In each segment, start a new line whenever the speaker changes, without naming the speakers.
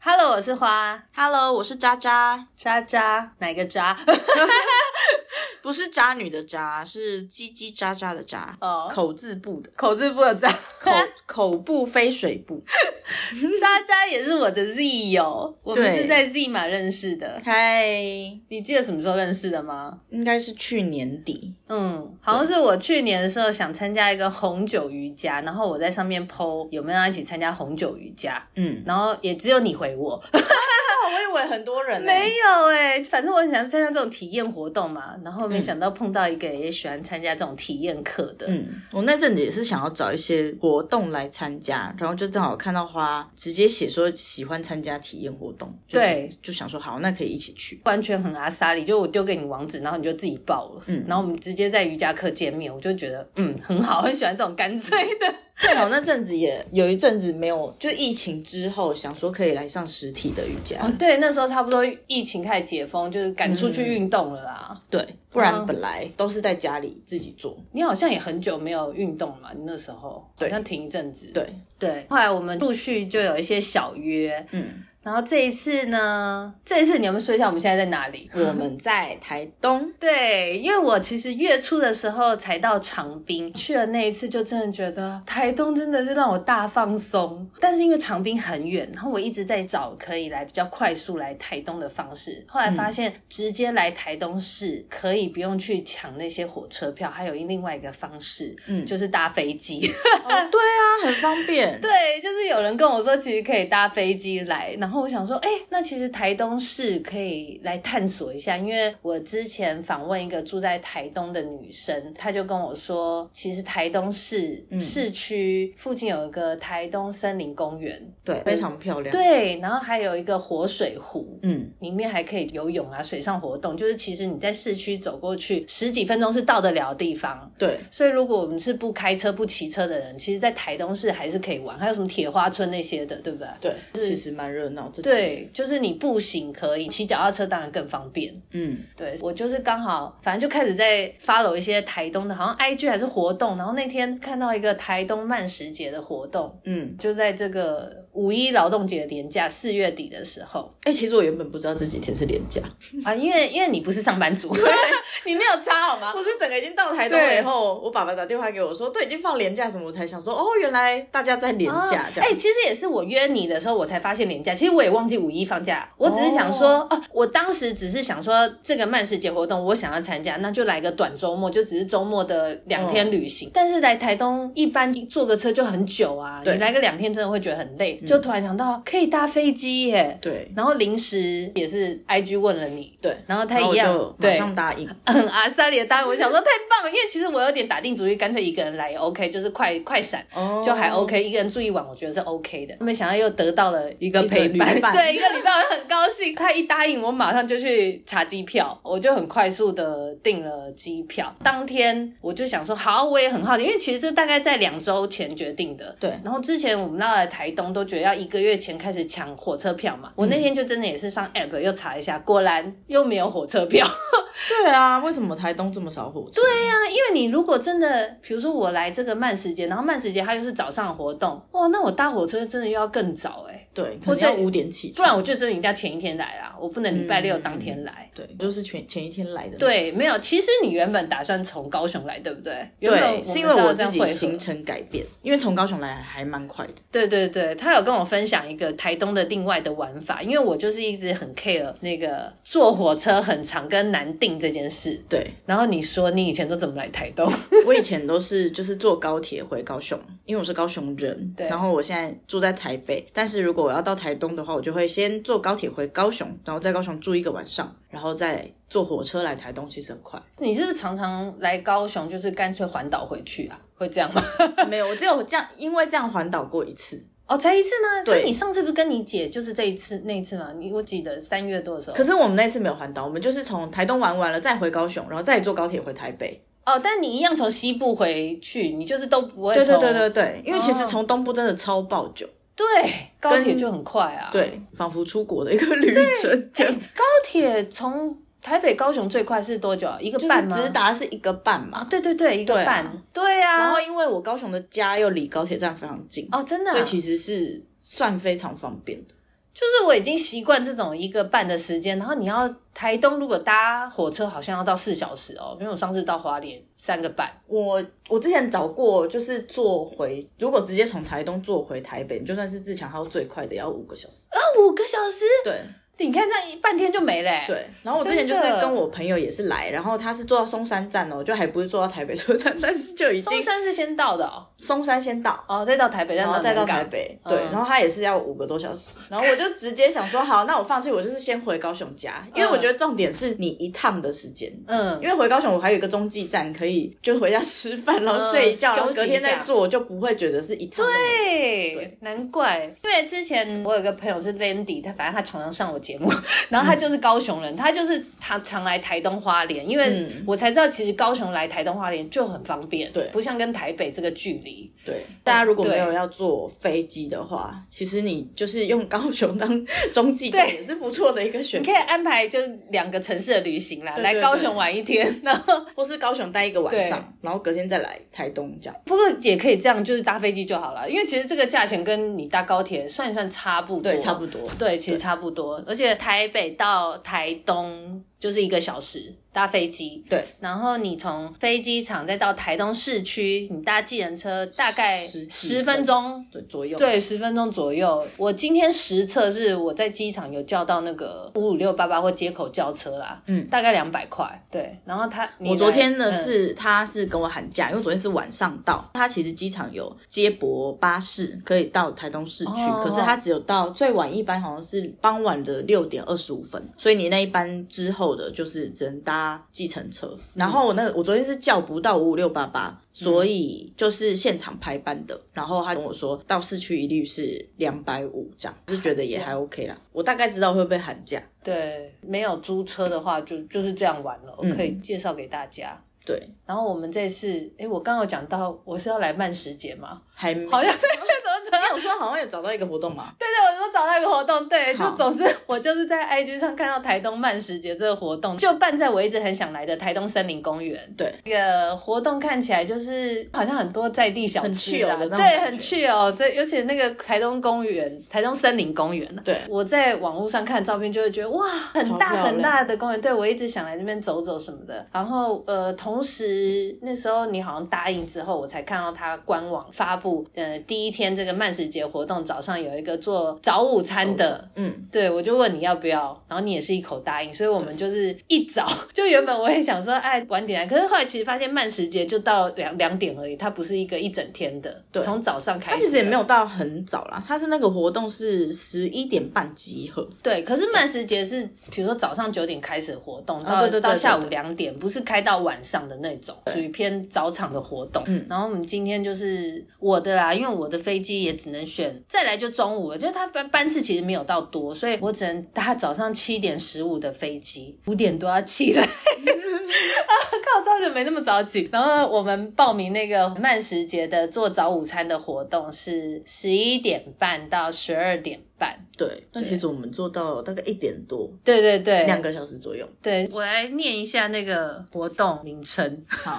Hello，我是花
Hello，我是渣渣，
渣渣，哪个渣？
不是渣女的渣，是叽叽喳喳的喳，
哦
口字部 的
口字部的渣，
口口部非水部。
渣渣也是我的 Z 友，我们
对
是在 Z 码认识的。
嗨，
你记得什么时候认识的吗？
应该是去年底，
嗯，好像是我去年的时候想参加一个红酒瑜伽，然后我在上面 PO 有没有要一起参加红酒瑜伽，
嗯，
然后也只有你回我，
那哦我以为很多人 呢、
没有嗯哎、反正我很想参加这种体验活动嘛，然后没想到碰到一个也喜欢参加这种体验课的，
嗯，我那阵子也是想要找一些活动来参加，然后就正好看到花直接写说喜欢参加体验活动，就是
对，
就想说好，那可以一起去。
完全很阿莎里，就我丢给你网址，然后你就自己报了，嗯，然后我们直接在瑜伽课见面，我就觉得嗯很好，很喜欢这种干脆的，
正好那阵子也有一阵子没有，就疫情之后想说可以来上实体的瑜伽，
哦， 对，那时候差不多疫情开始解封，就是赶出去运动了啦。
对，不
嗯
然本来都是在家里自己做。
你好像也很久没有运动了嘛，你那时候好
对
像停一阵子。
对，
对，后来我们陆续就有一些小约，
嗯，
然后这一次呢，这一次你有没有说一下我们现在在哪里？
嗯我们在台东，
对，因为我其实月初的时候才到长滨，去了那一次就真的觉得台东真的是让我大放松。但是因为长滨很远，然后我一直在找可以来比较快速来台东的方式。后来发现直接来台东市可以不用去抢那些火车票，还有另外一个方式，嗯，就是搭飞机。
哦对啊，很方便。
对，就是有人跟我说，其实可以搭飞机来，然后我想说，哎、那其实台东市可以来探索一下，因为我之前访问一个住在台东的女生，她就跟我说，其实台东市、市区附近有一个台东森林公园，
对，非常漂亮。，
对，然后还有一个活水湖。
嗯，
里面还可以游泳啊，水上活动，就是其实你在市区走过去十几分钟是到得了的地方。
对，
所以，如果我们是不开车、不骑车的人，其实，在台东市还是可以玩，还有什么铁花村那些的，对不对？
对，其实蛮热闹。这几年，
对，就是你步行可以，骑脚踏车当然更方便。
嗯，
对我就是刚好，反正就开始在 follow 一些台东的，好像 IG 还是活动，然后那天看到一个台东慢食节的活动，
嗯，
就在这个五一劳动节连假四月底的时候
哎、其实我原本不知道这几天是连假，
啊，因为因为你不是上班族， 你没有差好吗？
我是整个已经到台东了以后，我爸爸打电话给我说，对，已经放连假什么，我才想说，哦，原来大家在连
啊
假这
哎、
样。
其实也是我约你的时候，我才发现年假。其实我也忘记五一放假，我只是想说，哦、我当时只是想说这个慢时节活动我想要参加，那就来个短周末，就只是周末的两天旅
嗯
行。但是来台东一般坐个车就很久啊，你
对嗯
来个两天真的会觉得很累。就突然想到可以搭飞机耶，
对
然后临时也是 IG 问了你。
对，
然后他
然后
一
我
样
就马
对
上答应。
很阿三里的答案，我想说太棒了，因为其实我有点打定主意，干脆一个人来也 OK，就是快快闪
哦
就还 OK，一个人住一晚，我觉得是 OK 的。没想到又得到了一个
一个
陪伴，
旅伴
对，一个旅伴，我很高兴。他一答应，我马上就去查机票，我就很快速的订了机票。当天我就想说，好，我也很好奇，因为其实这大概在两周前决定的，
对
然后之前我们到了台东，都觉得要一个月前开始抢火车票嘛。
嗯
我那天就真的也是上 app 又查一下，果然又没有火车票。
对啊，为什么台东这么少火车？对呀、
因为你如果真的，比如说我来这个慢时间，然后慢时间它又是早上的活动，哇，那我搭火车真的又要更早哎、
对，可能要五点起
不
床。
然我就真的一定要前一天来啦，我不能礼拜六当天来。
对，就是前前一天来的。，
对，没有，其实你原本打算从高雄来，对不对？原本
对，
们
是因
要
为我
这
自
样
己
汇合
行程改变，因为从高雄来还蛮快的。
对对对，他有跟我分享一个台东的另外的玩法，因为我就是一直很 care 那个坐火车很长跟难定这件事。
对，
然后你说你以前都怎怎么来台东？
我以前都是就是坐高铁回高雄，因为我是高雄人，
对
然后我现在住在台北，但是如果我要到台东的话，我就会先坐高铁回高雄，然后在高雄住一个晚上，然后再坐火车来台东，其实很快。
你是不是常常来高雄，就是干脆环岛回去啊？会这样吗？
没有，我只有这样，因为这样环岛过一次。
哦，才一次吗？
对
就你上次不是跟你姐就是这一次那一次吗？你我记得三月多的时候。
可是我们那次没有环岛，我们就是从台东玩完了再回高雄，然后再坐高铁回台北。
哦，但你一样从西部回去，你就是都不会
对对
从
对对对，因为其实
哦
从东部真的超爆久，
对高铁
跟
就很快啊。
对，仿佛出国的一个旅程，这
哎，
样
高铁从台北高雄最快是多久啊？一个
就
半
是
吗？
直达是一个半嘛。
对对对，一个
对啊
半。对啊。
然后因为我高雄的家又离高铁站非常近，
哦，真的啊、
所以其实是算非常方便的。
就是我已经习惯这种一个半的时间，然后你要台东如果搭火车好像要到四小时哦，因为我上次到花莲三个半。
我我之前找过，就是坐回，如果直接从台东坐回台北，就算是自强号最快的也要啊五个小时。
那五个小时，
对
你看这样一半天就没了、欸。
对，然后我之前就是
真的
跟我朋友也是来，然后他是坐到松山站哦，就还不是坐到台北车站，但是就已经
松山是先到的哦，
松山先到，
哦，再到台北，
然后
后
再到台。北，对，
嗯
然后他也是要五个多小时，然后我就直接想说，好，那我放弃，我就是先回高雄家，因为我觉得重点是你一趟的时间，
嗯，
因为回高雄我还有一个中继站，可以就回家吃饭，然后睡一觉，
嗯
然后
休
隔
息一
天
下
再做，就不会觉得是一趟那么。
对
对，
难怪，因为之前我有个朋友是 Landy，他反正他常常上我节目， 然后他就是高雄人，他就是他常来台东花莲，因为
嗯
我才知道其实高雄来台东花莲就很方便，
对
不像跟台北这个距离，
对，大家如果没有
对
要坐飞机的话，其实你就是用高雄当中继站
对
也是不错的一个选
你
择
可以，安排就是两个城市的旅行啦，
对
来
对
高
对
雄玩一天，然后
或是高雄待一个晚
对
上，然后隔天再来台东这样。
不过也可以这样，就是搭飞机就好了，因为其实这个价钱跟你搭高铁算一算差不多，
对，差不多。
对，其实差不多。而且台北到台东就是一个小时搭飞机，
对，
然后你从飞机场再到台东市区，你搭计程车大概
十几
十分钟。
对，左右。
对，十分钟左右。我今天实测是我在机场有叫到那个五五六八八或接口叫车啦，
嗯
大概两百块。对，然后他你
我昨
来
天呢
嗯
是、他是跟我喊价，因为昨天是晚上到，他其实机场有接驳巴士可以到台东市区，
哦
可是他只有到最晚一班好像是傍晚的六点二十五分，所以你那一班之后的就是只能搭计程车。然后我那我昨天是叫不到五五六八八。所以就是现场排班的，然后他跟我说到市区一律是两百五这样，就是觉得也还 OK 啦。我大概知道会被喊价，
对没有租车的话就就是这样玩了，我
嗯
可以介绍给大家。
对，
然后我们这次，哎，我刚刚有讲到我是要来慢食节嘛，
还没
好像对，怎么怎
哎我说好像有找到一个活动嘛，
对对，我就找到一个活动，对，就
好
总之我就是在 IG 上看到台东慢食节这个活动，就办在我一直很想来的台东森林公园。
对，
这个活动看起来就是好像很多在地小吃啊，
很 chill 的那种
对，
感觉
很 chill 哦，对，尤其那个台东公园、台东森林公园，啊
对
我在网络上看照片就会觉得哇，很大
超漂亮
很大的公园，对我一直想来这边走走什么的。然后呃，同时那时候你好像答应之后，我才看到他官网发布，呃，第一天这个慢食节活动早上有一个做早午餐的。
嗯，
对，我就问你要不要，然后你也是一口答应，所以我们就是一早 就原本我也想说，哎，晚点来，可是后来其实发现慢食节就到两两点而已，它不是一个一整天的，
对
从早上开
他
始的，
其实也没有到很早啦，他是那个活动是十一点半集合，
对，可是慢时节是，比如说早上九点开始活动，到、
啊对对对
到
对
下午
对
两点，不是开到晚上的那种，属于偏早场的活动。
嗯
然后我们今天就是我的啦，因为我的飞机也只能选，再来就中午了，就是它班班次其实没有到多，所以我只能搭早上七点十五的飞机，五点多要起来。 啊靠，早就没那么早起。然后我们报名那个慢时节的做早午餐的活动是十一点半到十二点半。
对，但其实我们做到大概一点多，
对对对，
两个小时左右，
对，我来念一下那个活动名称。
好，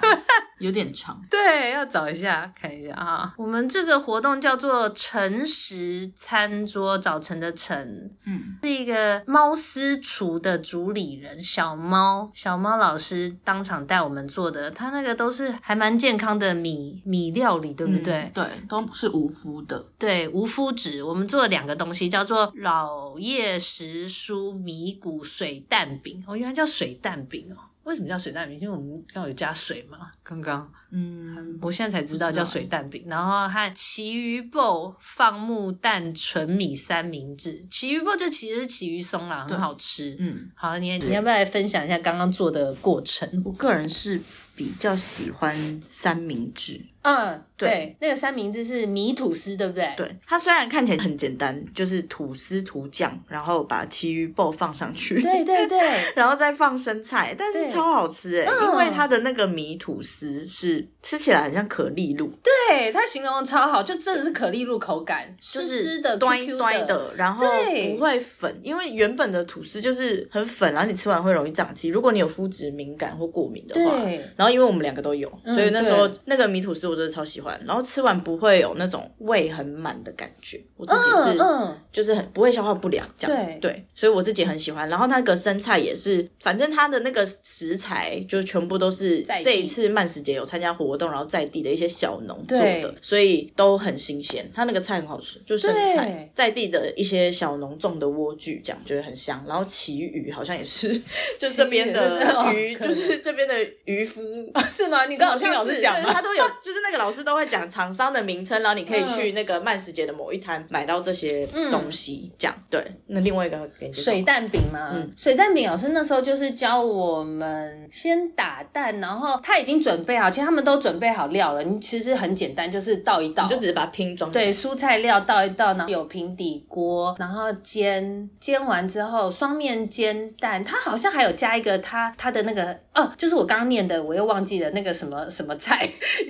有点长，
对，要找一下，看一下啊。我们这个活动叫做“晨食餐桌”，早晨的晨，
嗯，
是一个猫私厨的主理人小猫，小猫老师当场带我们做的，他那个都是还蛮健康的米米料理，对不对？
嗯对，都是无麸的，
对，无麸质，我们做了两个东西，叫做老叶时蔬米谷水蛋饼。哦，原来叫水蛋饼哦。为什么叫水蛋饼？因为我们刚好有加水嘛，刚刚
嗯，
我现在才知道
不知
叫
道
水蛋饼，然后和奇鱼爆放牧蛋纯米三明治，奇鱼爆就其实是奇鱼松啦，很好吃。
嗯，
好，你你要不要来分享一下刚刚做的过程？
我个人是比较喜欢三明治。
嗯，
对
对，那个三明治是米吐司，对不对？，
对，它虽然看起来很简单，就是吐司涂酱，然后把其余爆放上去，
对对对，
然后再放生菜，但是
对
超好吃哎、
嗯
因为它的那个米吐司是吃起来很像可丽露，
对，它形容的超好，就真的是可丽露口感，湿
就是
湿的、
端
Q Q
端的，然后
对
不会粉，因为原本的吐司就是很粉，然后你吃完会容易胀气。如果你有肤质敏感或过敏的话
对，嗯
然后因为我们两个都有，所以那时候
对
那个米吐司我真的超喜欢，然后吃完不会有那种胃很满的感觉，我自己是。
嗯嗯，
就是很不会消化不良这样。
对
所以我自己很喜欢。然后那个生菜也是，反正它的那个食材就全部都是
在地
这一次慢食节有参加活动，然后在地的一些小农做
对
的，所以都很新鲜。它那个菜很好吃，就生
对
菜在地的一些小农种的莴苣，这样觉得很香。然后旗鱼好像也是， 就这边的
旗鱼
鱼，
也是哦
就是这边的渔夫
是吗？你
好像是对
吗？ 嗯
他都有，就是那个老师都会讲厂商的名称，然后你可以去那个慢食节的某一摊买到这些东西，这样对。那另外一个给你介绍
水蛋饼嘛，水蛋饼老师那时候就是教我们先打蛋，然后他已经准备好，其实他们都准备好料了。你其实很简单，就是倒一倒
你，就只是把它拼装起来
对，蔬菜料倒一倒，然后有平底锅，然后煎，煎完之后双面煎蛋，它好像还有加一个它它的那个哦，就是我刚刚念的，我又忘记了那个什么什么菜，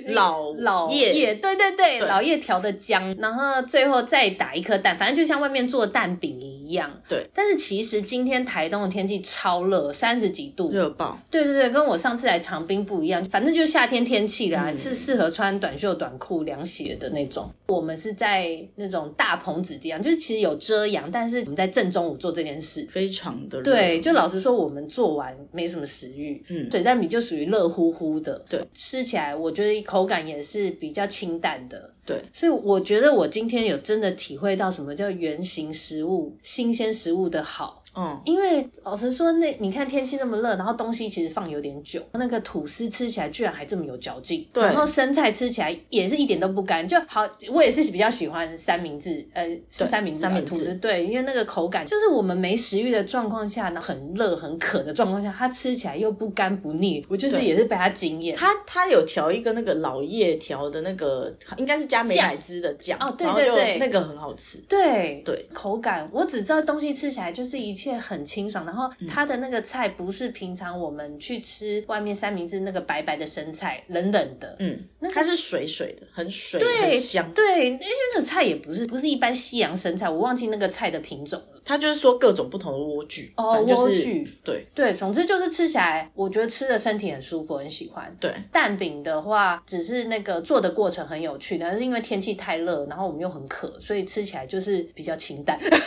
老
老
叶
叶，对对对，
对
老叶调的姜，然后最后再打一颗蛋，反正就像外面做的蛋饼一样。
对，
但是其实今天台东的天气超热，三十几度。
热爆，
对对对，跟我上次来长滨不一样，反正就是夏天天气啦，
嗯
是适合穿短袖、短裤、凉鞋的那种。我们是在那种大棚子地方，就是其实有遮阳，但是我们在正中午做这件事。
非常的热
对，就老实说，我们做完没什么食欲，嗯，水蛋饼就属于热乎乎的，
对，
吃起来我觉得口感也是比较清淡的，
对，
所以我觉得我今天有真的体会到什么叫原型食物、新鲜食物的好。
嗯，
因为老实说，那你看天气那么热，然后东西其实放有点久，那个吐司吃起来居然还这么有嚼劲，
对
然后生菜吃起来也是一点都不干，就好。我也是比较喜欢三明治，呃，是
对
三明治吧
三明
吐
治
司，对，因为那个口感就是我们没食欲的状况下，然后很热很渴的状况下，它吃起来又不干不腻，我就是
对
也是被它惊艳。
它它有调一个那个老叶调的那个，应该是加美乃滋的酱，
哦对
然后就
对对
那个很好吃，
对
对
口感我只知道东西吃起来就是一切很清爽，然后它的那个菜不是平常我们去吃外面三明治那个白白的生菜，冷冷的，
嗯
那，个
它是水水的，很水
对
很香。
对，因为那个菜也不是不是一般西洋生菜，我忘记那个菜的品种了。
它就是说各种不同的莴苣，
哦
反正就是
莴苣
对
对，总之就是吃起来，我觉得吃的身体很舒服，很喜欢。
对，
蛋饼的话，只是那个做的过程很有趣，但是因为天气太热，然后我们又很渴，所以吃起来就是比较清淡，
对，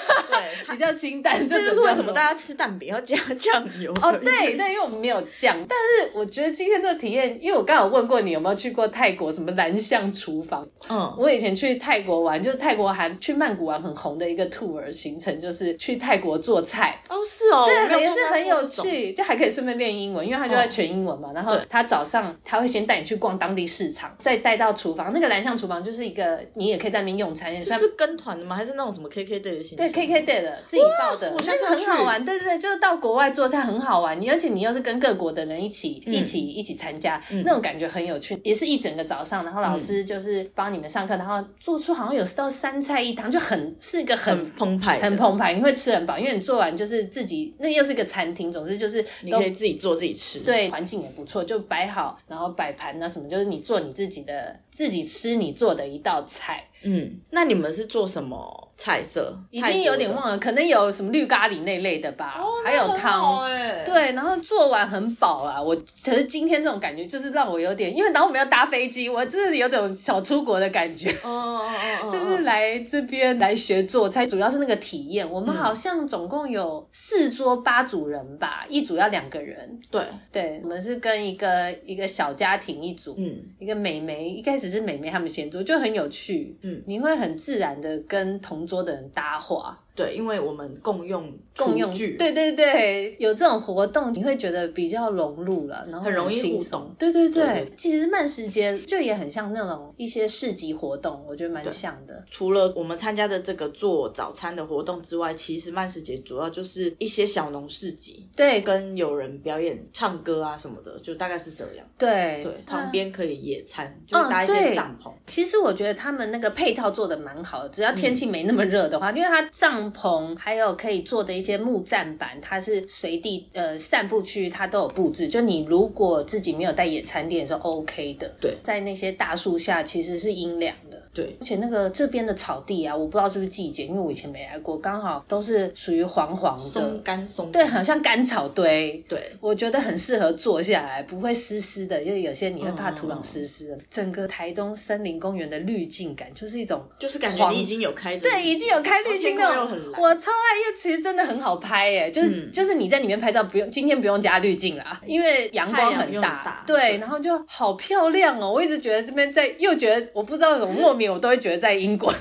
它
比较清淡。
这就是为什么
家。
大家吃蛋饼要加 酱油
哦，对对，因为我们没有酱，但是我觉得今天这个体验，因为我刚好问过你有没有去过泰国什么蓝象厨房。
嗯，
我以前去泰国玩，就是泰国还去曼谷玩很红的一个 tour 行程，就是去泰国做菜。
哦是哦，我没哦
对，
有
也
参
是
加
很
过
有
这种，
趣，就还可以顺便练英文，因为他就在全英文嘛。然后他早上他会先带你去逛当地市场，再带到厨房。那个蓝象厨房就是一个你也可以在那边用餐，也
就
算
是跟团的吗？还是那种什么 KK day 的形式？
对 KK day 的自己报的，
我下
那
次
个
要
很好
去
玩。对对对，就是到国外做菜很好玩，你而且你又是跟各国的人一起、
嗯
一起一起参加，那种感觉很有趣，也是一整个早上，然后
嗯
老师就是帮你们上课，然后做出好像有到三菜一汤，就很是一个很。
很澎湃的，
很澎湃，你会吃很饱，因为你做完就是自己，那又是一个餐厅，总之就是
你
都
可以自己做自己吃。，
对，环境也不错，就摆好，然后摆盘啊什么，就是你做你自己的，自己吃你做的一道菜，
嗯，那你们是做什么菜色？
已经有点忘了，可能有什么绿咖喱那类的吧，
哦
还有汤。
哎，
对，然后做完很饱啊，我可是今天这种感觉就是让我有点，因为然后我们要搭飞机，我真的有种小出国的感觉，
嗯嗯嗯嗯，
就是来这边来学做菜，主要是那个体验。我们好像总共有四桌八组人吧，一组要两个人，
对，
对，我们是跟一个一个小家庭一组，
嗯，
一个美眉，一开始是美眉他们先做，就很有趣，
嗯
你会很自然的跟同桌的人搭话，
对，因为我们共用
共用
厨具，
对对对，有这种活动，你会觉得比较融入了，然后
很容易
轻
互
松
动
对对对，
对
其实慢时间就也很像那种一些市集活动，我觉得蛮像的。
除了我们参加的这个做早餐的活动之外，其实慢食节主要就是一些小农市集，
对
跟有人表演唱歌啊什么的，就大概是这样。
对嗯
对，
它
旁边可以野餐，就是搭一
对
些帐篷。
其实我觉得他们那个配套做的蛮好的，只要
嗯
天气没那么热的话，因为它帐篷还有可以做的一些木栈板，它是随地呃散步区它都有布置。就你如果自己没有带野餐垫是 OK 的，
对
在那些大树下其实是阴凉的。
对
而且那个这边的草地啊，我不知道是不是季节，因为我以前没来过，刚好都是属于黄黄
松
的，
干松
对，很像干草堆。
对，
我觉得很适合坐下来，不会湿湿的，就是有些你会怕土壤湿湿的。整个台东森林公园的滤镜感就是一种，
就是感觉
黄
你已经有开着
对，已经有开滤镜那
然后
种
天空又很，蓝嗯
我超爱，因为其实真的很好拍耶，就是、就是你在里面拍照不用，今天不用加滤镜啦，因为阳光
太阳
很
又
大，
很大
对，
对
然后就好漂亮哦。我一直觉得这边在，又觉得我不知道怎么莫名我都会觉得在英国，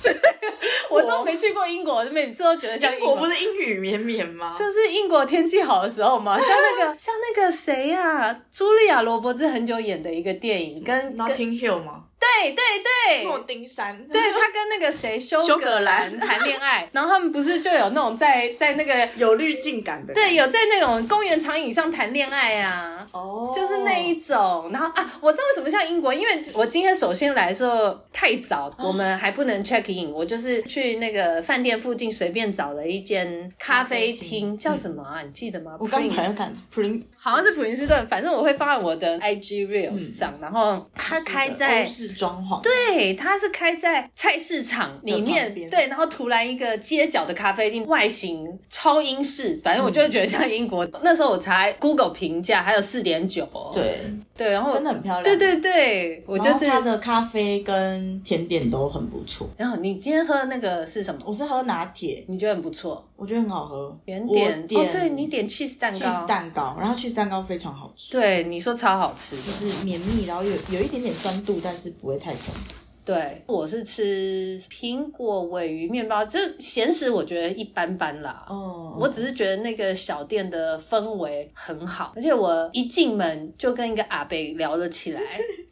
我都没去过英国，我就每次都觉得像
英
英
国不是阴雨绵绵吗？
就是英国天气好的时候嘛，像那个像那个谁呀、茱莉亚·罗伯兹很久演的一个电影，跟跟
Notting Hill 吗？
对对对
诺丁山。
对，他跟那个谁 休
休
格
格
兰
兰
谈恋 爱，然后他们不是就有那种在在那个
有滤镜感的。
对，有在那种公园长椅上谈恋爱啊。
哦，
就是那一种，然后啊，我知道为什么像英国，因为我今天首先来的时候太早，我们还不能 check in，我就是去那个饭店附近随便找了一间咖啡厅，叫什么啊？你记得吗？
我刚
Prince
才要看 Prince
好像是普林斯顿，反正我会放在我的 IG Reels 上。然后哦它嗯开在
欧式装潢，
对，它是开在菜市场里面
旁，边
对，然后突然一个街角的咖啡厅，外形超英式，反正我
嗯
就会觉得像英国。那时候我查 Google 评价还有四点九，哦
对，
对，然后
真的很漂亮。
对对对，我就
然后
是。
它的咖啡跟甜点都很不错。
然后你今天喝的那个是什么？
我是喝拿铁，
你觉得很不错，
我觉得很好喝。
点点
我
哦，对你点 cheese 蛋糕
cheese 蛋糕，然后 cheese 蛋糕非常好吃，
对你说超好吃的
就是绵密，然后有有一点点酸度，但是不会太酸。
对，我是吃苹果尾鱼面包，这咸食我觉得一般般啦。
哦
我只是觉得那个小店的氛围很好，而且我一进门就跟一个阿贝聊了起 来，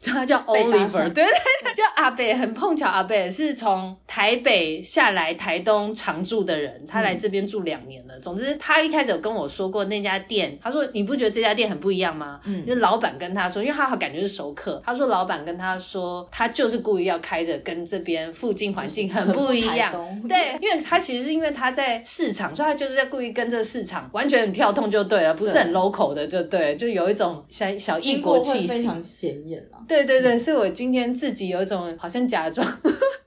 就他叫
被搭
Oliver，
讪
对对 对，就阿贝很碰巧，阿贝是从台北下来台东常住的人，他来这边住两年
嗯
了。总之，他一开始有跟我说过那家店，他说你不觉得这家店很不一样吗？嗯，就是老板跟他说，因为他感觉是熟客，他说老板跟他说，他就是故意要开着跟这边附近环境很不一样
台，东
对，因为他其实是因为他在市场，所以他就是在故意跟这个市场完全很跳动就对了，不是很 local 的就对，就有一种小小异
英
国
国
气
会非
息。
常显眼啊，
对对对，所以我今天自己有一种好像假装，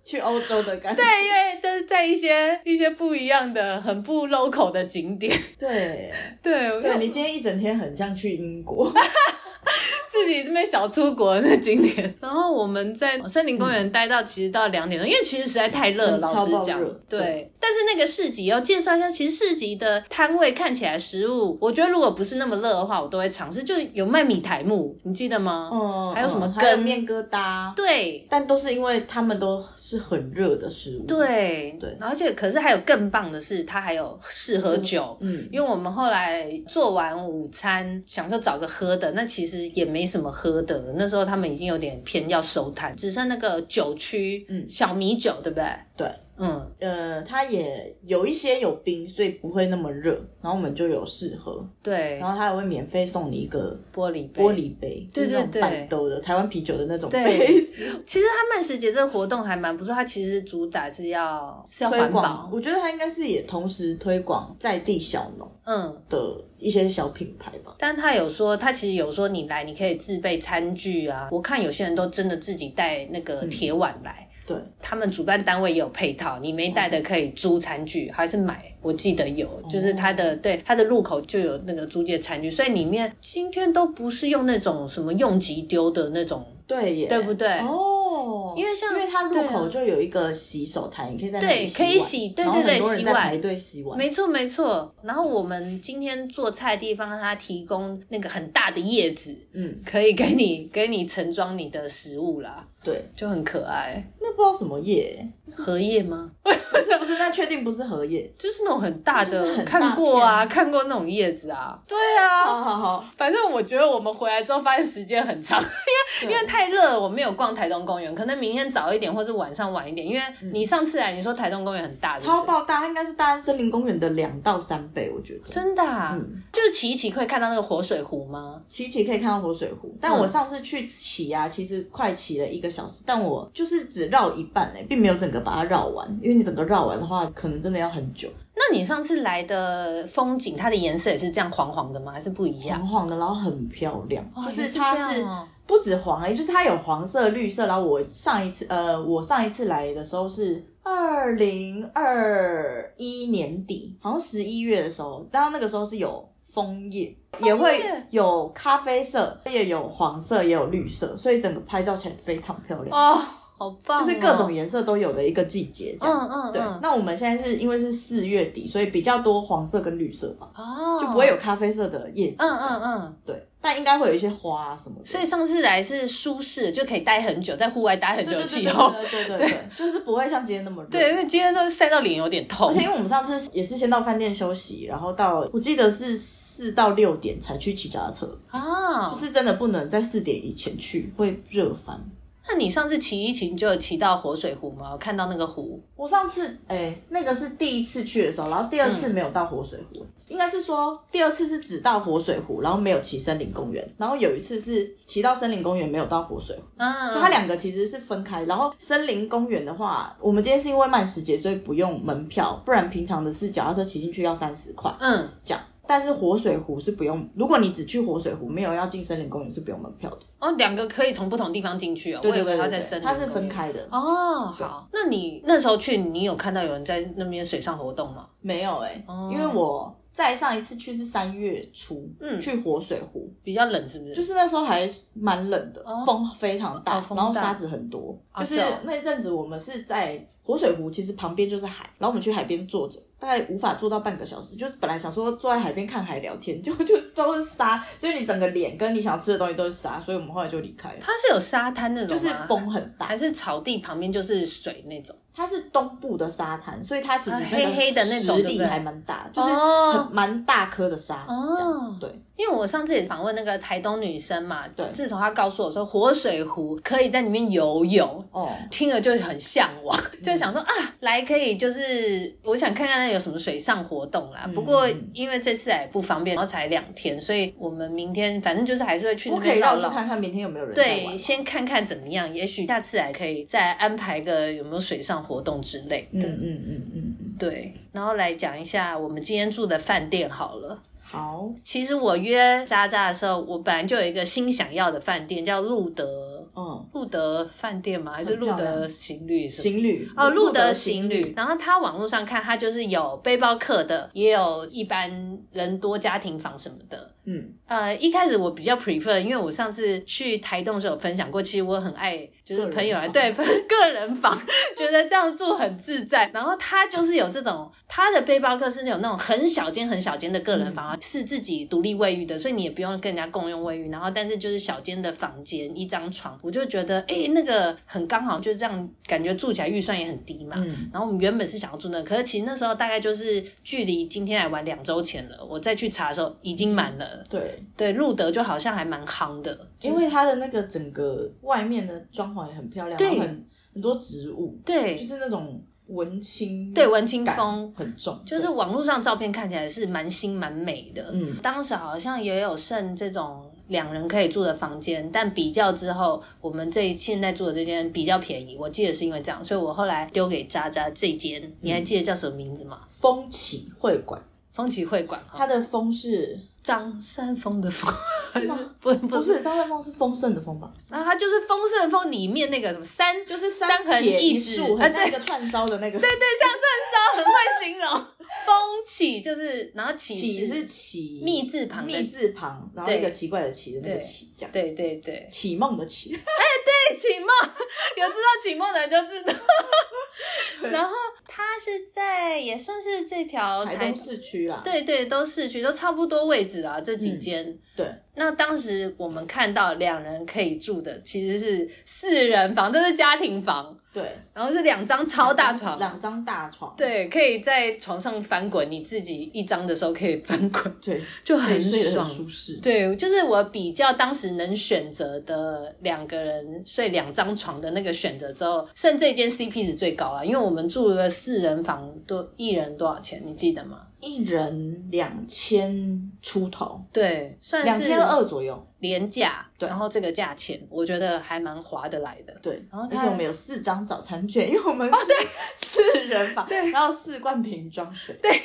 去欧洲的感觉。
对， 因为都是在一些一些不一样的、很不 local 的景点。
对，
对，我
对你今天一整天很像去 英国，
自己这边小出国的景点。 嗯然后我们在森林公园待到其实到两点钟，因为其实实在太嗯热了，
真
老
的
实
超爆
讲
热，
对。
对
但是那个市集要介绍一下，其实市集的摊位看起来食物，我觉得如果不是那么热的话，我都会尝试。就有卖米苔木，你记得吗？
嗯，
还有什么
嗯还有
根？
面疙瘩，
对。
但都是因为他们都是很热的食物。，
对
对
而且可是还有更棒的是，它还有适合酒，
嗯，
因为我们后来做完午餐，想说找个喝的，那其实也没什么喝的了。那时候他们已经有点偏要收摊，只剩那个酒区，
嗯
小米酒，对不对？
对，
嗯，
呃，它也有一些有冰，所以不会那么热。然后我们就有试喝，
对
然，后它还会免费送你一个
玻璃杯
玻。璃杯，
对
就是那种
对对
半兜的台湾啤酒的那种杯，
对，其实它慢食节这个活动还蛮不错，它其实主打是要是要
推
环
广。
保，
我觉得它应该是也同时推广在地小农
嗯。
的一些小品牌吧。
但他有说，他其实有说你来，你可以自备餐具啊。我看有些人都真的自己带那个
嗯
铁碗来，
对，
他们主办单位也有配套，你没带的可以租餐具还是买。我记得有，
哦
就是它的对它的入口就有那个租借餐具，所以里面今天都不是用那种什么用即丢的那种，
对耶，
对不对？
哦，
因为像
因为它入口
对啊
就有一个洗手台，你可以在那
对
里
可以
碗
洗对
然后
对对
很多人
洗
在
碗
排队洗碗，
没错没错。然后我们今天做菜的地方，它提供那个很大的叶子，
嗯，
可以给你给你盛装你的食物啦，
对，
就很可爱。
那不知道什么叶，
荷叶吗？
不是不是，那确定不是荷叶。
就是那种很大的，
就是很大
看过啊，看过那种叶子啊。对啊，
好好好，
反正我觉得我们回来之后发现时间很长，因为因为太热了，我没有逛台东公园，可能明天早一点或是晚上晚一点。因为你上次来你说台东公园很大，对不对
嗯超爆大，它应该是大安森林公园的两到三倍，我觉得。
真的、啊，
嗯
就是骑一骑会看到那个活水湖吗？
骑骑可以看到活水湖，但我上次去骑啊，其实快骑了一个小时，但我就是只绕一半哎、并没有整个把它绕完，因为你整个绕完的话，可能真的要很久，
那你上次来的风景，它的颜色也是这样黄黄的吗？还是不一样？
黄黄的，然后很漂亮，
哦
就是它
原来是
是
这样哦
不止黄哎、就是它有黄色、绿色，然后我上一次呃，我上一次来的时候是。二零二一年底，好像十一月的时候，当然那个时候是有枫叶，也会有咖啡色，也有黄色，也有绿色，所以整个拍照起来非常漂亮。
哦，好棒哦、
就是各种颜色都有的一个季节，这样。
嗯嗯
对，
嗯，
那我们现在是因为是四月底，所以比较多黄色跟绿色吧，
哦，
就不会有咖啡色的叶子。
嗯嗯嗯。
对，但应该会有一些花啊什么的。
所以上次来是舒适，就可以待很久，在户外待很
对
久
对
的
对
气
对
候。
对对对对，就是不会像今天那么热。
对，因为今天都晒到脸有点痛
而且。因为我们上次也是先到饭店休息，然后到我记得是四到六点才去骑脚踏车，
啊，
就是真的不能在四点以前去，会热翻。
那你上次骑一骑，你就有骑到活水湖吗？有看到那个湖
我上次哎、那个是第一次去的时候，然后第二
嗯
次没有到活水湖，应该是说第二次是只到活水湖，然后没有骑森林公园，然后有一次是骑到森林公园，没有到活水湖，
啊，
就它两个其实是分开。然后森林公园的话，我们今天是因为慢时节，所以不用门票，不然平常的是脚踏车骑进去要三十块
嗯，
这样。但是活水湖是不用，如果你只去活水湖，没有要进森林公园是不用门票的。
哦，两个可以从不同地方进去哦。
对
我以
对对
为它
对
在
对
森林，
它是分。开的。
哦，好，那你那时候去，你有看到有人在那边水上活动吗？
没有哎、
哦
因为我再上一次去是三月初，
嗯
去活水湖，
比较冷是不是？
就是那时候还蛮冷的，风非常大，
哦风
然后
大
沙子很多。
啊
就是
是哦
那一阵子我们是在活水湖，其实旁边就是海，然后我们去海边坐着。大概无法坐到半个小时，就是本来想说坐在海边看海聊天， 就就都是沙，就是你整个脸跟你想吃的东西都是沙，所以我们后来就离开了。
它是有沙滩那种吗，
就是风很大
还，是草地旁边就是水那种？
它是东部的沙滩，所以它其实
啊
那个
黑黑的那种
实
对不
力
对
还蛮大，就是
哦
很蛮大颗的沙子这样。
哦
对，
因为我上次也访问那个台东女生嘛，
对
自从她告诉我说活水湖可以在里面游泳，
哦，
听了就很向往，
嗯
就想说啊，来可以就是我想看看有什么水上活动
嗯
啦。不过因为这次来也不方便，然后才两天，所以我们明天反正就是还是会去那
我可以
边
绕
绕
去
绕。
看看明天有没有人在玩
对，。先看看怎么样，也许下次来可以再安排个有没有水上活动之类
嗯
的。
嗯嗯嗯嗯，
对，然后来讲一下我们今天住的饭店好了。
好，
其实我约渣渣的时候，我本来就有一个新想要的饭店，叫路德
嗯，
路德饭店吗？还是
很
路
漂亮
德行旅什么？
情侣
哦，路德
情
行旅，然后它网络上看，它就是有背包客的，也有一般人多家庭房什么的。
嗯，
呃，一开始我比较 prefer，因为我上次去台东的时候有分享过，其实我很爱就是朋友来啊
个
对分个人房， 觉得这样住很自在。然后他就是有这种，他的背包客是有那种很小间很小间的个
嗯
人房，啊是自己独立卫浴的，所以你也不用跟人家共用卫浴。然后但是就是小间的房间，一张床，我就觉得哎、诶那个很刚好，就这样感觉住起来预算也很低嘛。
嗯
然后我们原本是想要住那，可是其实那时候大概就是距离今天来玩两周前了，我再去查的时候已经满了。
对，
对，路德就好像还蛮夯的，
因为它的那个整个外面的装潢也很漂亮，
对
然后很很多植物，
对
就是那种文青，
对文青风
很重，
就是网络上照片看起来是蛮新蛮美的。
嗯，
当时好像也有剩这种两人可以住的房间，但比较之后，我们这现在住的这间比较便宜，我记得是因为这样，所以我后来丢给渣渣这间，你还记得叫什么名字吗？
风起会馆，
风起会馆哈，
它的风是
张三丰的 丰，
吗
不不
不
是，
是张三丰是丰盛的丰吧？
然后它就是丰盛的丰里面那个什么三，
就是
三横
撇
一
一
直
竖，
啊
很像一个串烧的那个，
对，像串烧很会形容。风起就是，然后起
起是起，
密字旁的
密字旁，然后一个
对
奇怪的奇的那个
对
奇，这样
对对对，
启梦的启，
对启梦，有知道启梦的人就知道。然后他是在也算是这条
台
哦台
东市区啦。
对对，都市区都差不多位置啦，这几间。
对，
那当时我们看到两人可以住的其实是四人房，这是家庭房，
对，
然后是两张超大床，
两张大床，
对，可以在床上翻滚，你自己一张的时候可以翻滚，
对，
就
可
很
以睡得
爽
很舒适。
对，就是我比较当时能选择的两个人睡两张床的那个选择之后，剩这间 CP 值最高了，因为我们住了四人房，多一人多少钱？你记得吗？
一人两千出头，
对，算
两
是
千二左右。
廉价，
对
然后这个价钱我觉得还蛮划得来的。
对，
然后
而
它
且我们有四张早餐券，因为我们
哦
是四人房，对，然后四罐瓶装水，对，
对，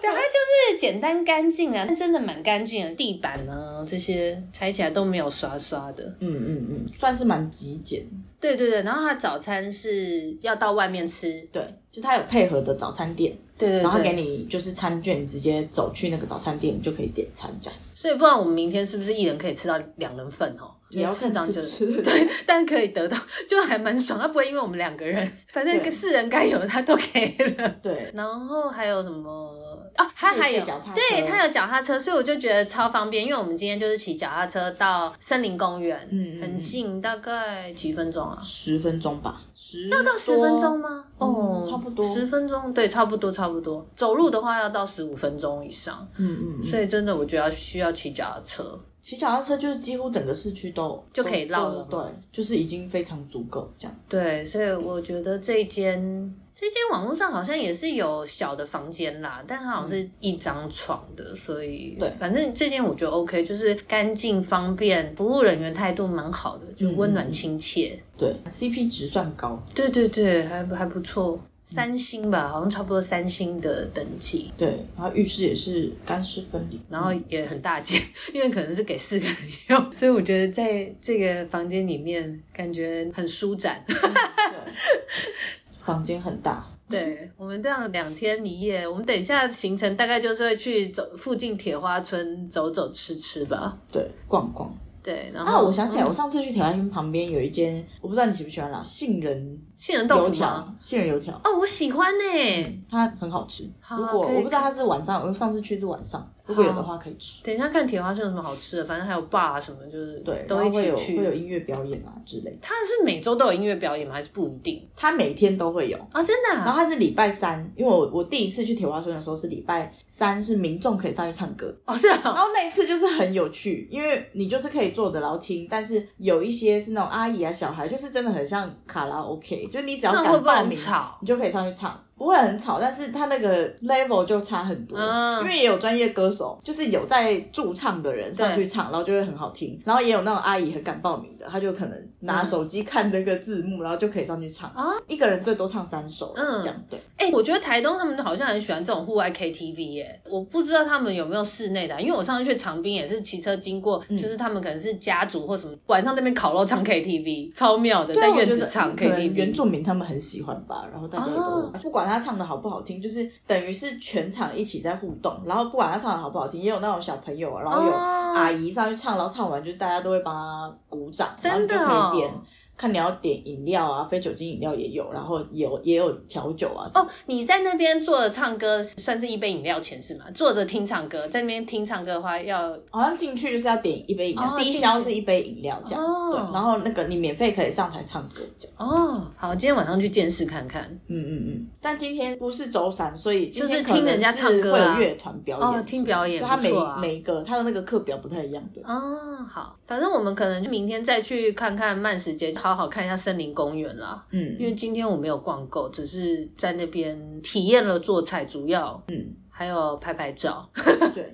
它就是简单干净啊，但真的蛮干净的，地板呢、这些拆起来都没有刷刷的。
嗯嗯嗯，算是蛮极简。
对对对，然后它早餐是要到外面吃，
对，就它有配合的早餐店，
对对
然后它给
对，
你就是餐券，你直接走去那个早餐店，你就可以点餐这样。
所以不然我们明天是不是一人可以吃到两人份哦？
也要
市
看
长
吃
就
不吃，
对，但可以得到，就还蛮爽。他不会因为我们两个人，反正
对
四人该有他都给 了。
对，
然后还有什么啊？他
可以
还有
借脚踏车
对他有脚踏车，所以我就觉得超方便，因为我们今天就是骑脚踏车到森林公园，
嗯嗯嗯
很近，大概几分钟啊？
十分钟吧，十
要到十分钟吗？
嗯
哦、
差不多
十分钟，对，差不多，差不多。走路的话要到十五分钟以上，
嗯嗯嗯，
所以真的我觉得要需要骑脚踏车。
骑脚踏车就是几乎整个市区都
就可以绕了
都对，就是已经非常足够这样。
对，所以我觉得这一间这间网络上好像也是有小的房间啦，但它好像是一张床的，所以
对
反正这间我觉得 OK，就是干净方便，服务人员态度蛮好的，就温暖亲切。
对，CP 值算高，
对对对，还不还不错，三星吧，好像差不多三星的等级。
对，然后浴室也是干湿分离，
然后也很大间， 因为可能是给四个人用，所以我觉得在这个房间里面感觉很舒展。
房间很大，
对我们这样两天一夜，我们等一下行程大概就是会去走附近铁花村走走吃吃吧。
对，逛逛。
对，然
啊，
后嗯
我想起来，我上次去铁花村旁边有一间，我不知道你喜不喜欢啦，杏仁
杏仁豆
油
腐吗？
条，杏仁油条，
哦，我喜欢呢、
它很好吃。
好
如果
可以
我不知道它是晚上，我上次去是晚上，如果有的话可以吃。
等一下看铁花村有什么好吃的，反正还有爸啊什么，就是
对，
都
然后
一
会
起
有会有
去。
音乐表演啊之类的，
他是每周都有音乐表演吗？还是不一定
它每天都会有。
啊、真的、
然
啊？
后它是礼拜三，因为我我第一次去铁花村的时候是礼拜三，是民众可以上去唱歌。
哦，是啊。
然后那一次就是很有趣，因为你就是可以坐着然后听，但是有一些是那种阿姨啊小孩，就是真的很像卡拉 OK，就是你只要
那会
敢
不会
报
很
名，
吵？
你就可以上去唱，不会很吵，但是它那个 level 就差很多，
嗯
因为也有专业歌手，就是有在驻唱的人上去唱，然后就会很好听，然后也有那种阿姨很敢报名的，她就可能拿
嗯
手机看那个字幕，然后就可以上去唱，一个人最多唱三首，
啊嗯
这样对，
哎、我觉得台东他们好像很喜欢这种户外 KTV 耶、我不知道他们有没有室内的啊、因为我上次去长滨也是骑车经过，
嗯
就是他们可能是家族或什么，晚上那边烤肉唱 KTV，超妙的，在
啊但我
院
觉
子
得
唱
可能
KTV。
原住民他们很喜欢吧，然后大家也都、
啊
不管他唱的好不好听，就是等于是全场一起在互动，然后不管他唱的好不好听，也有那种小朋友，然后有
哦
阿姨上去唱，然后唱完就是大家都会帮他鼓掌，
真的
然后你就可以
哦
点。看你要点饮料啊，非酒精饮料也有，然后也有也有调酒啊什么的
哦，你在那边坐着唱歌，算是一杯饮料钱是吗？坐着听唱歌，在那边听唱歌的话要
好像进去就是要点一杯饮料，
哦
第一消是一杯饮料这样，
进去
对
哦，
然后那个你免费可以上台唱歌这样，
哦，好，今天晚上去见识看看。
嗯嗯嗯。但今天不是周三，所以今
就是
天可
听
能
人家
是
唱歌
会
啊
有乐团表演
哦听表演
就他
不
每
错啊
每一个他的那个课表不太一样，对，
哦，好，反正我们可能就明天再去看看慢时间，好好看一下森林公园啦。因
嗯，
为今天我没有逛够，只是在那边体验了做菜，主要嗯，还有拍拍照。
对，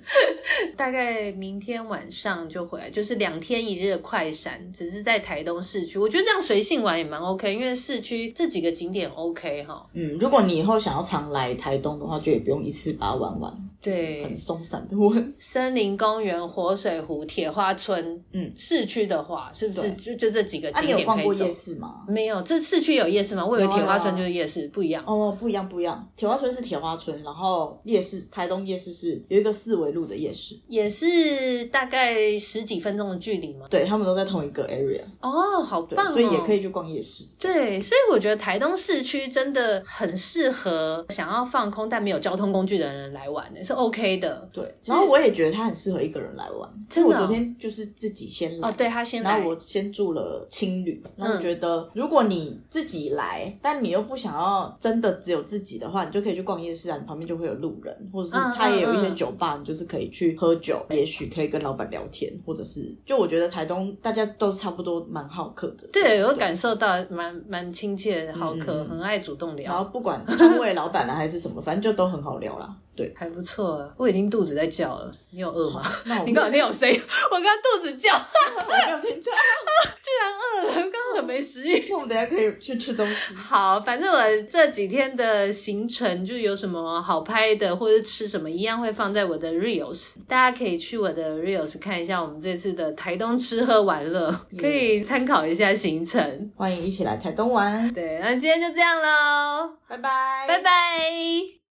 大概明天晚上就回来，就是两天一日的快闪，只是在台东市区。我觉得这样随性玩也蛮 OK，因为市区这几个景点 OK 哈。
嗯，如果你以后想要常来台东的话，就也不用一次把它玩完，
对
很松散的玩。
森林公园、活水湖、铁花村，
嗯，
市区的话是不是
对
就就这几个
啊，
景
你有
点
逛
可
过
以走？
夜市吗？
没有，这市区有夜市吗？我以为
有啊
铁花
有啊
村就是夜市，不一样。
哦，不一样，不一样。铁花村是铁花村，然后夜市台东夜市是有一个四维路的夜市，
也是大概十几分钟的距离嘛。
对他们都在同一个 area，
哦，好
对，
棒、哦！
所以也可以去逛夜市。
对，所以我觉得台东市区真的很适合想要放空但没有交通工具的人来玩，是 OK 的。
对，然后我也觉得它很适合一个人来玩。
真的哦
我昨天就是自己先来，
哦，对他先
然
来，
后我先住了青旅，然
嗯
后我觉得如果你自己来，但你又不想要真的只有自己的话，你就可以去逛夜市啊，你旁边就会有路人，或者是
嗯
它也有一
嗯
些
嗯
酒吧，你就是可以去喝酒，也许可以跟老板聊天，或者是就我觉得台东大家都差不多蛮好客的，
对我感受到蛮蛮亲切、好客，
嗯嗯
很爱主动
然后
聊，
不管单位老板啊还是什么，反正就都很好聊啦。对，
还不错。我已经肚子在叫了，你有饿吗？
那我
你刚好听有谁？我刚刚肚子叫， 居
我没有听到，
然饿了，我刚刚很没食欲。
那我们等一下可以去吃东西。
好，反正我这几天的行程就有什么好拍的，或者吃什么，一样会放在我的 reels，大家可以去我的 reels 看一下我们这次的台东吃喝玩乐，可以参考一下行程。
欢迎一起来台东玩，
对，那今天就这样喽。
拜拜，
拜。拜。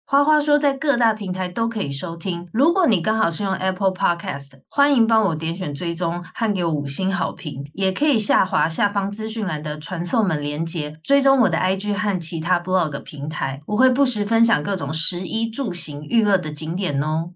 花花说，在各大平台都可以收听。如果你刚好是用 Apple Podcast，欢迎帮我点选追踪和给我五星好评，也可以下滑下方资讯栏的传送门连接，追踪我的 IG 和其他 blog 平台。我会不时分享各种食衣住行娱乐的景点哦。